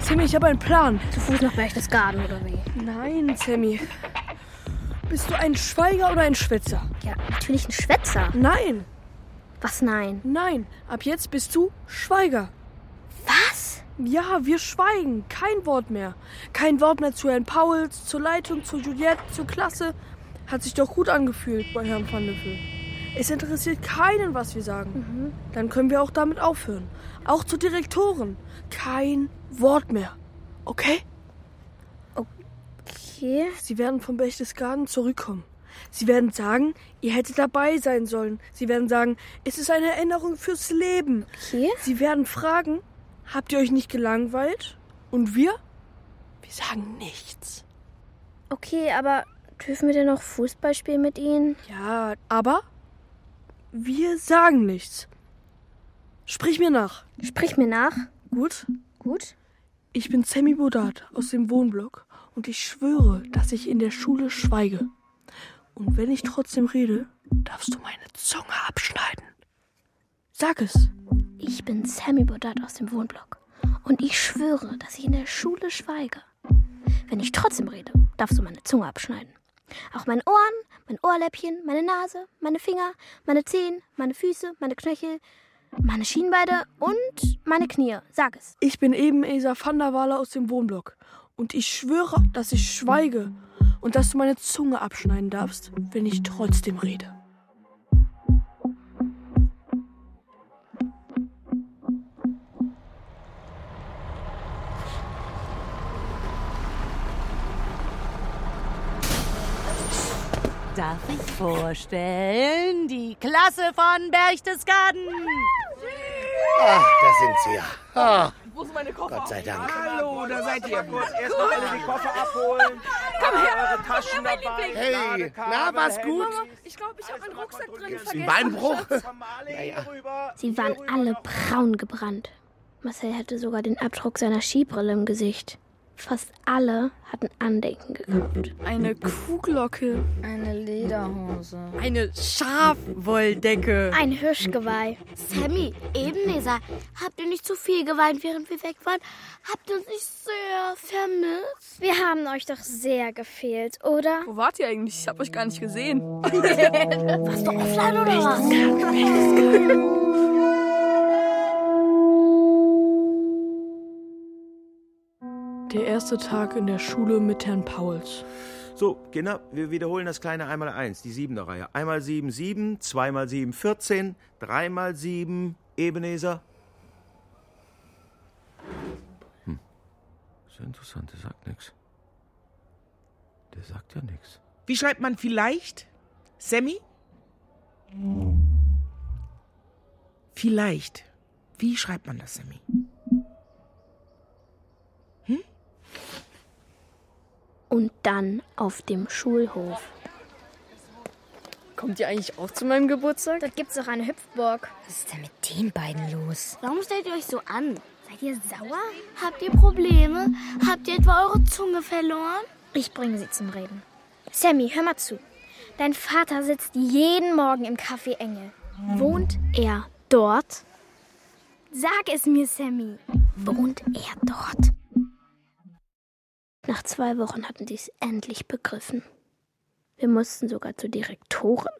Sammy, ich habe einen Plan. Zu Fuß nach Berchtesgaden oder wie? Nein, Sammy. Bist du ein Schweiger oder ein Schwätzer? Ja, natürlich ein Schwätzer. Nein, Was nein? nein. Ab jetzt bist du Schweiger. Was? Ja, wir schweigen. Kein Wort mehr. Kein Wort mehr zu Herrn Pauls, zur Leitung, zu Juliette, zur Klasse. Hat sich doch gut angefühlt bei Herrn Van de Velde. Es interessiert keinen, was wir Mhm. sagen. Dann können wir auch damit aufhören. Auch zur Direktorin. Kein Wort mehr. Okay? Okay. Sie werden vom Berchtesgaden zurückkommen. Sie werden sagen, ihr hättet dabei sein sollen. Sie werden sagen, es ist eine Erinnerung fürs Leben. Okay. Sie werden fragen, habt ihr euch nicht gelangweilt? Und wir? Wir sagen nichts. Okay, aber dürfen wir denn noch Fußball spielen mit ihnen? Ja, aber wir sagen nichts. Sprich mir nach. Sprich mir nach. Gut? Gut. Ich bin Sammy Bodat aus dem Wohnblock und ich schwöre, dass ich in der Schule schweige. Und wenn ich trotzdem rede, darfst du meine Zunge abschneiden. Sag es. Ich bin Sammy Bodat aus dem Wohnblock. Und ich schwöre, dass ich in der Schule schweige. Wenn ich trotzdem rede, darfst du meine Zunge abschneiden. Auch meine Ohren, mein Ohrläppchen, meine Nase, meine Finger, meine Zehen, meine Füße, meine Knöchel, meine Schienbeine und meine Knie. Sag es. Ich bin eben Esa van der Waale aus dem Wohnblock. Und ich schwöre, dass ich schweige und dass du meine Zunge abschneiden darfst, wenn ich trotzdem rede. Darf ich vorstellen, die Klasse von Berchtesgaden. Ach, Ah, da sind sie ja. Ah, Wo sind meine Koffer? Gott sei Dank. Hallo, da seid ihr. Erstmal alle die Koffer abholen. Komm her, Eure Taschen komm her, mein dabei. Liebling. Hey, na, war's gut? Ich glaube, ich habe meinen Rucksack drin Ein vergessen. Beinbruch? Sie waren alle braun gebrannt. Marcel hatte sogar den Abdruck seiner Skibrille im Gesicht. Fast alle hatten Andenken gekauft. Eine Kuhglocke. Eine Lederhose. Eine Schafwolldecke. Ein Hirschgeweih. Sammy, Ebenezer, habt ihr nicht zu viel geweint, während wir weg waren? Habt ihr uns nicht sehr vermisst? Wir haben euch doch sehr gefehlt, oder? Wo wart ihr eigentlich? Ich habe euch gar nicht gesehen. [laughs] Warst du offline oder was? Der erste Tag in der Schule mit Herrn Pauls. So, Kinder, wir wiederholen das kleine einmal eins, die siebener Reihe. Einmal sieben, sieben, zweimal sieben, 14, dreimal sieben, Ebenezer. Hm. Ist ja interessant, der sagt nichts. Der sagt ja nichts. Wie schreibt man vielleicht? Sammy? Vielleicht. Wie schreibt man das, Sammy? Und dann auf dem Schulhof. Kommt ihr eigentlich auch zu meinem Geburtstag? Dort gibt's doch eine Hüpfburg. Was ist denn mit den beiden los? Warum stellt ihr euch so an? Seid ihr sauer? Habt ihr Probleme? Habt ihr etwa eure Zunge verloren? Ich bringe sie zum Reden. Sammy, hör mal zu. Dein Vater sitzt jeden Morgen im Café Engel. Wohnt er dort? Sag es mir, Sammy. Wohnt er dort? Nach zwei Wochen hatten sie es endlich begriffen. Wir mussten sogar zur Direktorin.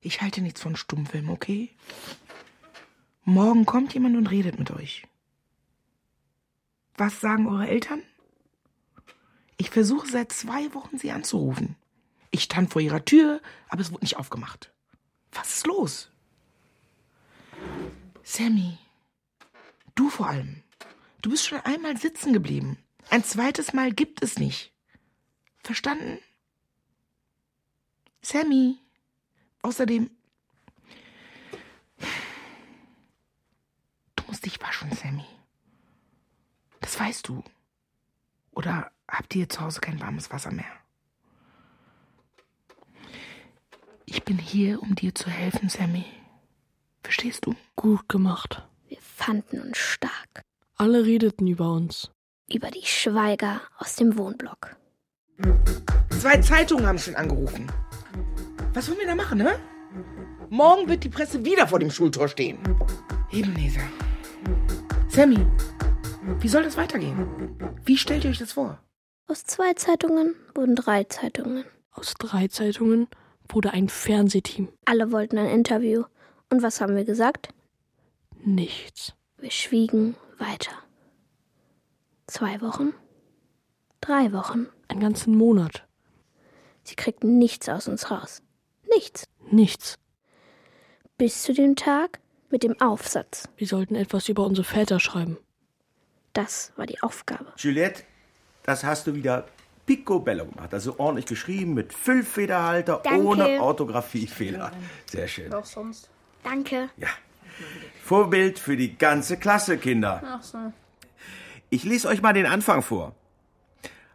Ich halte nichts von Stummfilm, okay? Morgen kommt jemand und redet mit euch. Was sagen eure Eltern? Ich versuche seit zwei Wochen, sie anzurufen. Ich stand vor ihrer Tür, aber es wurde nicht aufgemacht. Was ist los? Sammy, du vor allem. Du bist schon einmal sitzen geblieben. Ein zweites Mal gibt es nicht. Verstanden? Sammy. Außerdem. Du musst dich waschen, Sammy. Das weißt du. Oder habt ihr zu Hause kein warmes Wasser mehr? Ich bin hier, um dir zu helfen, Sammy. Verstehst du? Gut gemacht. Wir fanden uns stark. Alle redeten über uns. Über die Schweiger aus dem Wohnblock. Zwei Zeitungen haben schon angerufen. Was wollen wir da machen, ne? Morgen wird die Presse wieder vor dem Schultor stehen. Ebenezer. Sammy, wie soll das weitergehen? Wie stellt ihr euch das vor? Aus zwei Zeitungen wurden drei Zeitungen. Aus drei Zeitungen wurde ein Fernsehteam. Alle wollten ein Interview. Und was haben wir gesagt? Nichts. Wir schwiegen weiter. Zwei Wochen? Drei Wochen? Einen ganzen Monat. Sie kriegten nichts aus uns raus. Nichts. Nichts. Bis zu dem Tag mit dem Aufsatz. Wir sollten etwas über unsere Väter schreiben. Das war die Aufgabe. Juliette, das hast du wieder picobello gemacht. Also ordentlich geschrieben, mit Füllfederhalter, Danke. ohne Orthographiefehler. Sehr schön. Auch sonst. Danke. Ja. Vorbild für die ganze Klasse, Kinder. Ach so. Ich lese euch mal den Anfang vor.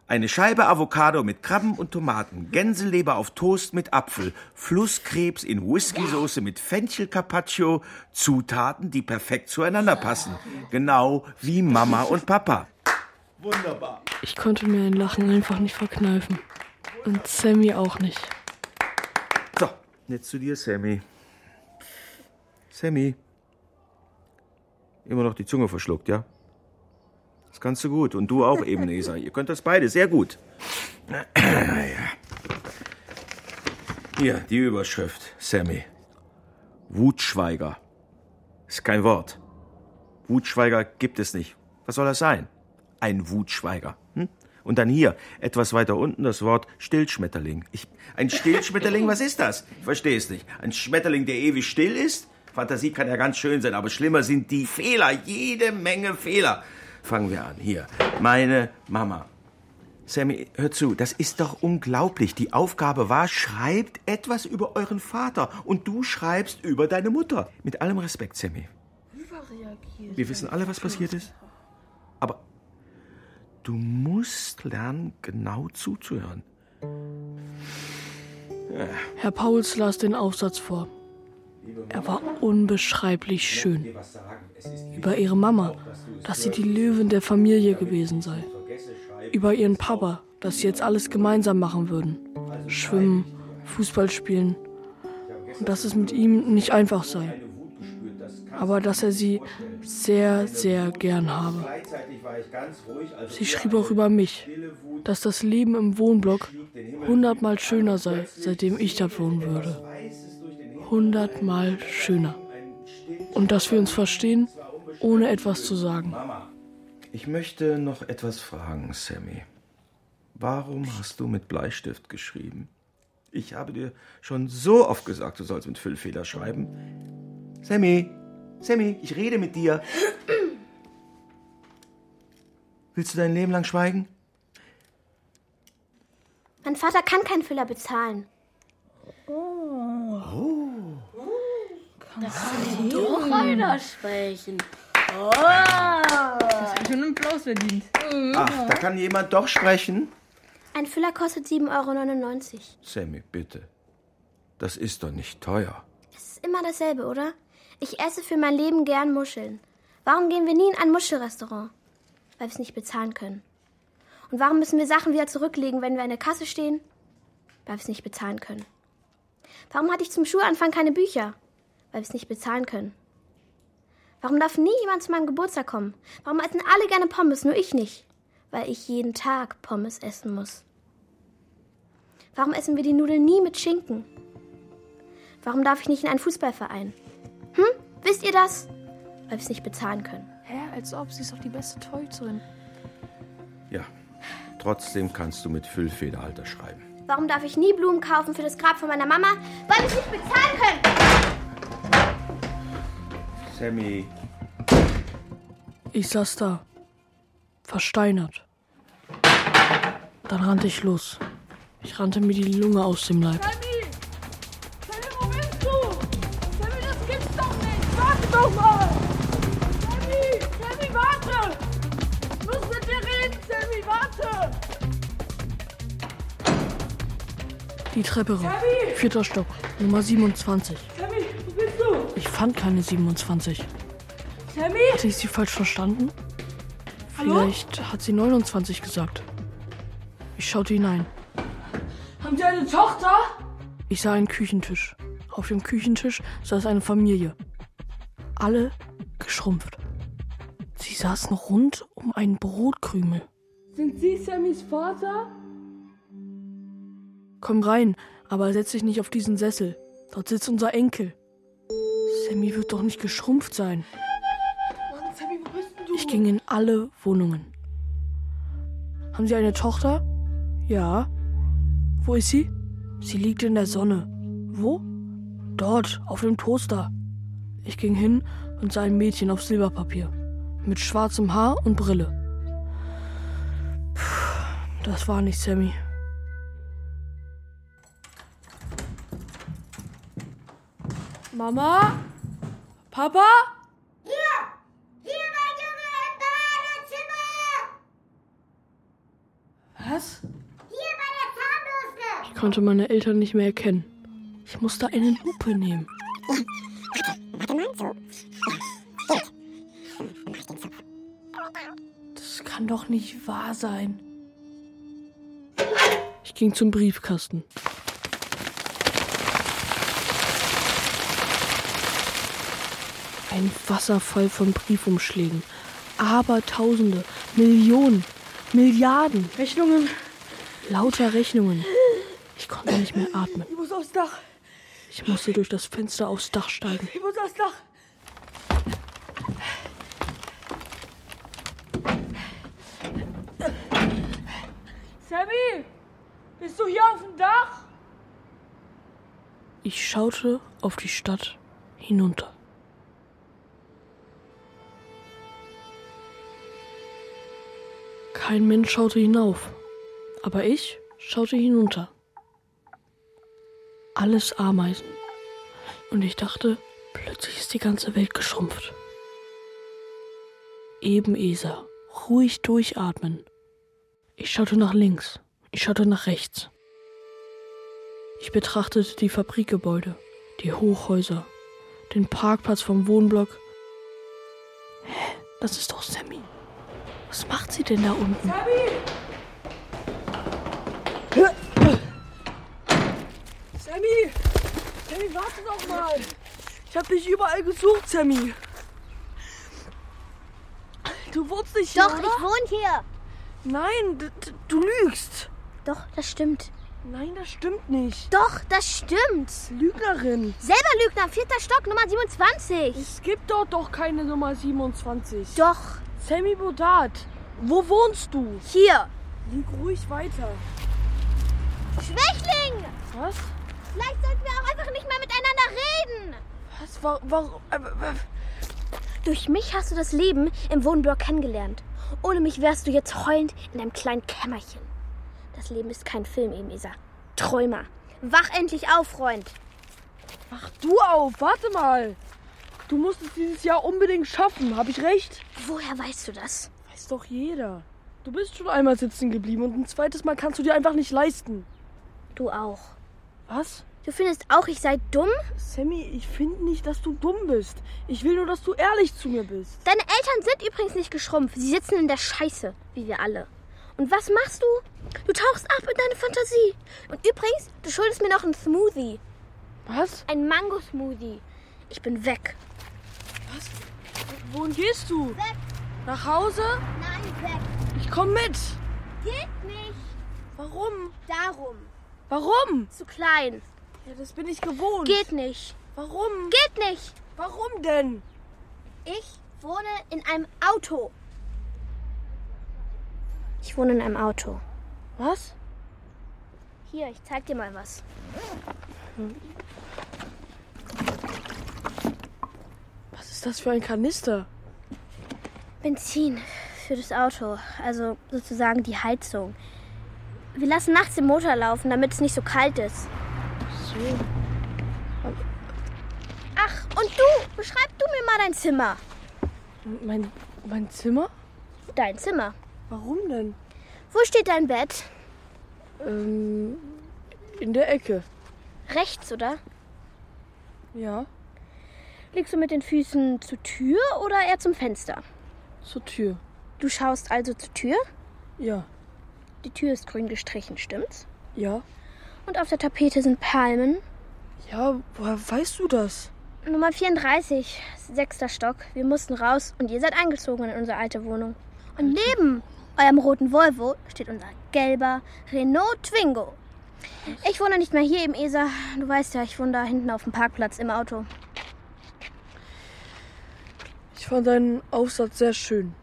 Eine Scheibe Avocado mit Krabben und Tomaten, Gänseleber auf Toast mit Apfel, Flusskrebs in Whiskysoße mit Fenchel Carpaccio, Zutaten, die perfekt zueinander passen. Genau wie Mama und Papa. Wunderbar. Ich konnte mir ein Lachen einfach nicht verkneifen. Und Sammy auch nicht. So, jetzt zu dir, Sammy. Sammy. Immer noch die Zunge verschluckt, ja? Das kannst du gut. Und du auch, Ebenezer. Ihr könnt das beide sehr gut. Naja. Hier, die Überschrift, Sammy. Wutschweiger. Ist kein Wort. Wutschweiger gibt es nicht. Was soll das sein? Ein Wutschweiger. Hm? Und dann hier, etwas weiter unten, das Wort Stillschmetterling. Ich, ein Stillschmetterling, was ist das? Ich verstehe es nicht. Ein Schmetterling, der ewig still ist? Fantasie kann ja ganz schön sein, aber schlimmer sind die Fehler. Jede Menge Fehler. Fangen wir an. Hier, meine Mama. Sammy, hör zu, das ist doch unglaublich. Die Aufgabe war, schreibt etwas über euren Vater und du schreibst über deine Mutter. Mit allem Respekt, Sammy. Wir wissen alle, was passiert ist. Aber du musst lernen, genau zuzuhören. Ja. Herr Pauls las den Aufsatz vor. Er war unbeschreiblich schön. Über ihre Mama, dass sie die Löwin der Familie gewesen sei. Über ihren Papa, dass sie jetzt alles gemeinsam machen würden. Schwimmen, Fußball spielen. Und dass es mit ihm nicht einfach sei. Aber dass er sie sehr, sehr gern habe. also Sie schrieb auch über mich, dass das Leben im Wohnblock hundertmal schöner sei, seitdem ich dort wohnen würde. Hundertmal schöner. Und dass wir uns verstehen, ohne etwas zu sagen. Ich möchte noch etwas fragen, Sammy. Warum hast du mit Bleistift geschrieben? Ich habe dir schon so oft gesagt, du sollst mit Füllfeder schreiben. Sammy, Sammy, ich rede mit dir. Willst du dein Leben lang schweigen? Mein Vater kann keinen Fehler bezahlen. Oh. Oh. Das kann doch einer sprechen. Oh! Das ist schon einen Applaus verdient. Ach, da kann jemand doch sprechen. Ein Füller kostet 7,99 Euro. Sammy, bitte. Das ist doch nicht teuer. Das ist immer dasselbe, oder? Ich esse für mein Leben gern Muscheln. Warum gehen wir nie in ein Muschelrestaurant? Weil wir es nicht bezahlen können. Und warum müssen wir Sachen wieder zurücklegen, wenn wir an der Kasse stehen? Weil wir es nicht bezahlen können. Warum hatte ich zum Schulanfang keine Bücher? Weil wir es nicht bezahlen können. Warum darf nie jemand zu meinem Geburtstag kommen? Warum essen alle gerne Pommes, nur ich nicht? Weil ich jeden Tag Pommes essen muss. Warum essen wir die Nudeln nie mit Schinken? Warum darf ich nicht in einen Fußballverein? Hm? Wisst ihr das? weil wir es nicht bezahlen können. Hä, als ob, sie ist doch die beste Teuterin. Ja, trotzdem kannst du mit Füllfederhalter schreiben. Warum darf ich nie Blumen kaufen für das Grab von meiner Mama? Weil wir es nicht bezahlen können! Sammy. Ich saß da, versteinert. Dann rannte ich los. Ich rannte mir die Lunge aus dem Leib. Sammy! Sammy, wo bist du? Sammy, das gibt's doch nicht! Warte doch mal! Sammy! Sammy, warte! Ich muss mit dir reden, Sammy, warte! Die Treppe rauf. Vierter Stock, Nummer 27. Sammy, wo bist du? Ich fand keine 27. Sammy? Hatte ich sie falsch verstanden? Hallo? Vielleicht hat sie 29 gesagt. Ich schaute hinein. Haben Sie eine Tochter? Ich sah einen Küchentisch. Auf dem Küchentisch saß eine Familie. Alle geschrumpft. Sie saßen rund um einen Brotkrümel. Sind Sie Sammys Vater? Komm rein, aber setz dich nicht auf diesen Sessel. Dort sitzt unser Enkel. Sammy wird doch nicht geschrumpft sein. Mann, Sammy, wo bist denn du? Ich ging in alle Wohnungen. Haben Sie eine Tochter? Ja. Wo ist sie? Sie liegt in der Sonne. Wo? Dort, auf dem Toaster. Ich ging hin und sah ein Mädchen auf Silberpapier. Mit schwarzem Haar und Brille. Puh, das war nicht Sammy. Mama? Papa? Hier, mein Junge, im Badezimmer! Was? Hier bei der Zahnbürste! Ich konnte meine Eltern nicht mehr erkennen. Ich musste eine Lupe nehmen. Das kann doch nicht wahr sein. Ich ging zum Briefkasten. Ein Wasserfall von Briefumschlägen. Abertausende, Millionen, Milliarden. Rechnungen. Lauter Rechnungen. Ich konnte nicht mehr atmen. Ich muss aufs Dach. Ich musste durch das Fenster aufs Dach steigen. Ich muss aufs Dach. Sammy, bist du hier auf dem Dach? Ich schaute auf die Stadt hinunter. Kein Mensch schaute hinauf, aber ich schaute hinunter. Alles Ameisen. Und ich dachte, plötzlich ist die ganze Welt geschrumpft. Eben Esa, ruhig durchatmen. Ich schaute nach links, ich schaute nach rechts. Ich betrachtete die Fabrikgebäude, die Hochhäuser, den Parkplatz vom Wohnblock. Hä, das ist doch Sammy. Was macht sie denn da unten? Sammy! Sammy, warte doch mal! Ich hab dich überall gesucht, Sammy! Du wohnst nicht hier, Doch, oder? ich wohne hier. Nein, d- d- du lügst! Doch, das stimmt. Nein, das stimmt nicht! Doch, das stimmt. Lügnerin! Selber Lügner, vierter Stock, Nummer 27. Es gibt dort doch keine Nummer 27. Doch, Sammy Bodat, wo wohnst du? hier. Lieg ruhig weiter. Schwächling! Was? Vielleicht sollten wir auch einfach nicht mehr miteinander reden. Was? Wa- Warum? äh, äh, Durch mich hast du das Leben im Wohnblock kennengelernt. Ohne mich wärst du jetzt heulend in deinem kleinen Kämmerchen. Das Leben ist kein Film, eben, Isa. Träumer. Wach endlich auf, Freund. Wach du auf, warte mal! Du musst es dieses Jahr unbedingt schaffen, hab ich recht? Woher weißt du das? Weiß doch jeder. Du bist schon einmal sitzen geblieben und ein zweites Mal kannst du dir einfach nicht leisten. Du auch. Was? Du findest auch, ich sei dumm? Sammy, ich finde nicht, dass du dumm bist. Ich will nur, dass du ehrlich zu mir bist. Deine Eltern sind übrigens nicht geschrumpft. Sie sitzen in der Scheiße, wie wir alle. Und was machst du? Du tauchst ab in deine Fantasie. Und übrigens, du schuldest mir noch einen Smoothie. Was? Ein Mango-Smoothie. Ich bin weg. Wohin gehst du? Weg. Nach Hause? Nein, weg. Ich komm mit. Geht nicht. Warum? Darum. Warum? Zu klein. Ja, das bin ich gewohnt. Geht nicht. Warum? Geht nicht. Warum denn? Ich wohne in einem Auto. Ich wohne in einem Auto. Was? Hier, ich zeig dir mal was. Was ist das für ein Kanister? Benzin für das Auto, also sozusagen die Heizung. Wir lassen nachts den Motor laufen, damit es nicht so kalt ist. So. Ach, und du, beschreib du mir mal dein Zimmer. Mein, mein Zimmer? Dein Zimmer. Warum denn? Wo steht dein Bett? Ähm, in der Ecke. Rechts, oder? Ja, Liegst du mit den Füßen zur Tür oder eher zum Fenster? zur Tür. Du schaust also zur Tür. Ja, Die Tür ist grün gestrichen, stimmt's? ja. Und auf der Tapete sind Palmen. Ja, woher weißt du das? Nummer 34, sechster Stock. Wir mussten raus und ihr seid eingezogen in unsere alte Wohnung. Und Mhm. neben eurem roten Volvo steht unser gelber Renault Twingo. Ich wohne nicht mehr hier im ESA. Du weißt ja, ich wohne da hinten auf dem Parkplatz im Auto. Ich fand deinen Aufsatz sehr schön.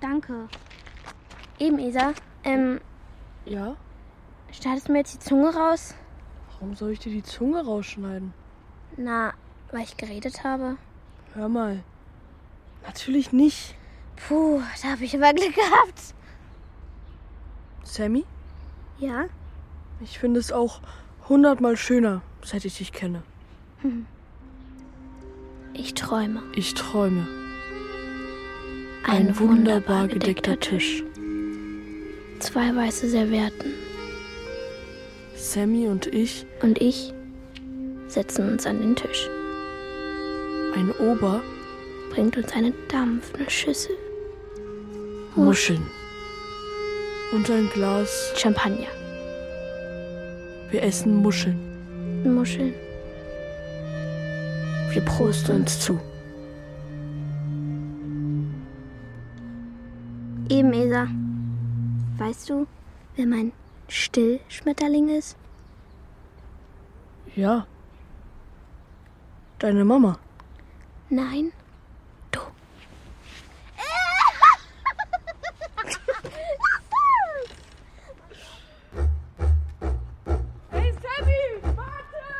Danke. Eben, Isa. Ähm, Ja? startest du mir jetzt die Zunge raus? Warum soll ich dir die Zunge rausschneiden? Na, weil ich geredet habe. Hör mal. Natürlich nicht. Puh, da habe ich aber Glück gehabt. Sammy, Ja? ich finde es auch hundertmal schöner, seit ich dich kenne. Hm. [laughs] Ich träume. Ich träume. Ein wunderbar gedeckter Tisch. Zwei weiße Servietten. Sammy und ich, Und ich setzen uns an den Tisch. ein Ober, Bringt uns eine dampfende Schüssel. Muscheln. Und ein Glas. Champagner. Wir essen Muscheln. Muscheln. Wir prosten uns zu. Eben, Isa. Weißt du, wer mein Stillschmetterling ist? Ja. Deine Mama. Nein.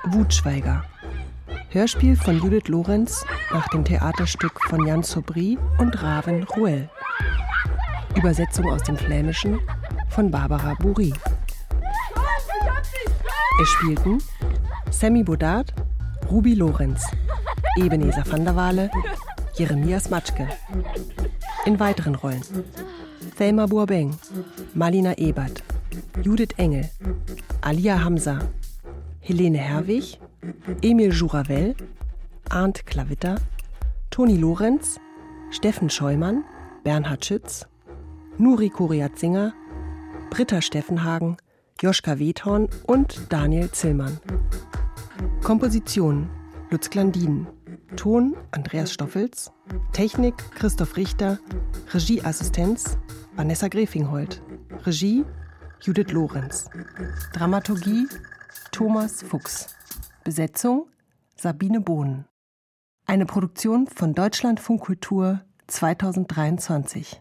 Wutschweiger. Hörspiel von Judith Lorenz nach dem Theaterstück von Jan Sobri und Raven Ruel. Übersetzung aus dem Flämischen von Barbara Buri. Es spielten Sammy Bodart, Ruby Lorenz, Ebenezer van der Waale, Jeremias Matschke. In weiteren Rollen Thelma Burbeng, Malina Ebert, Judith Engel, Alia Hamza, Helene Herwig, Emil Juravel, Arndt Klavitter, Toni Lorenz, Steffen Scheumann, Bernhard Schütz, Nuri Kuriatzinger, Britta Steffenhagen, Joschka Wethorn und Daniel Zillmann. Komposition Lutz Glandin. Ton Andreas Stoffels. Technik Christoph Richter. Regieassistenz Vanessa Grefinghold. Regie Judith Lorenz. Dramaturgie Thomas Fuchs. Besetzung Sabine Bohnen. Eine Produktion von Deutschlandfunk Kultur 2023.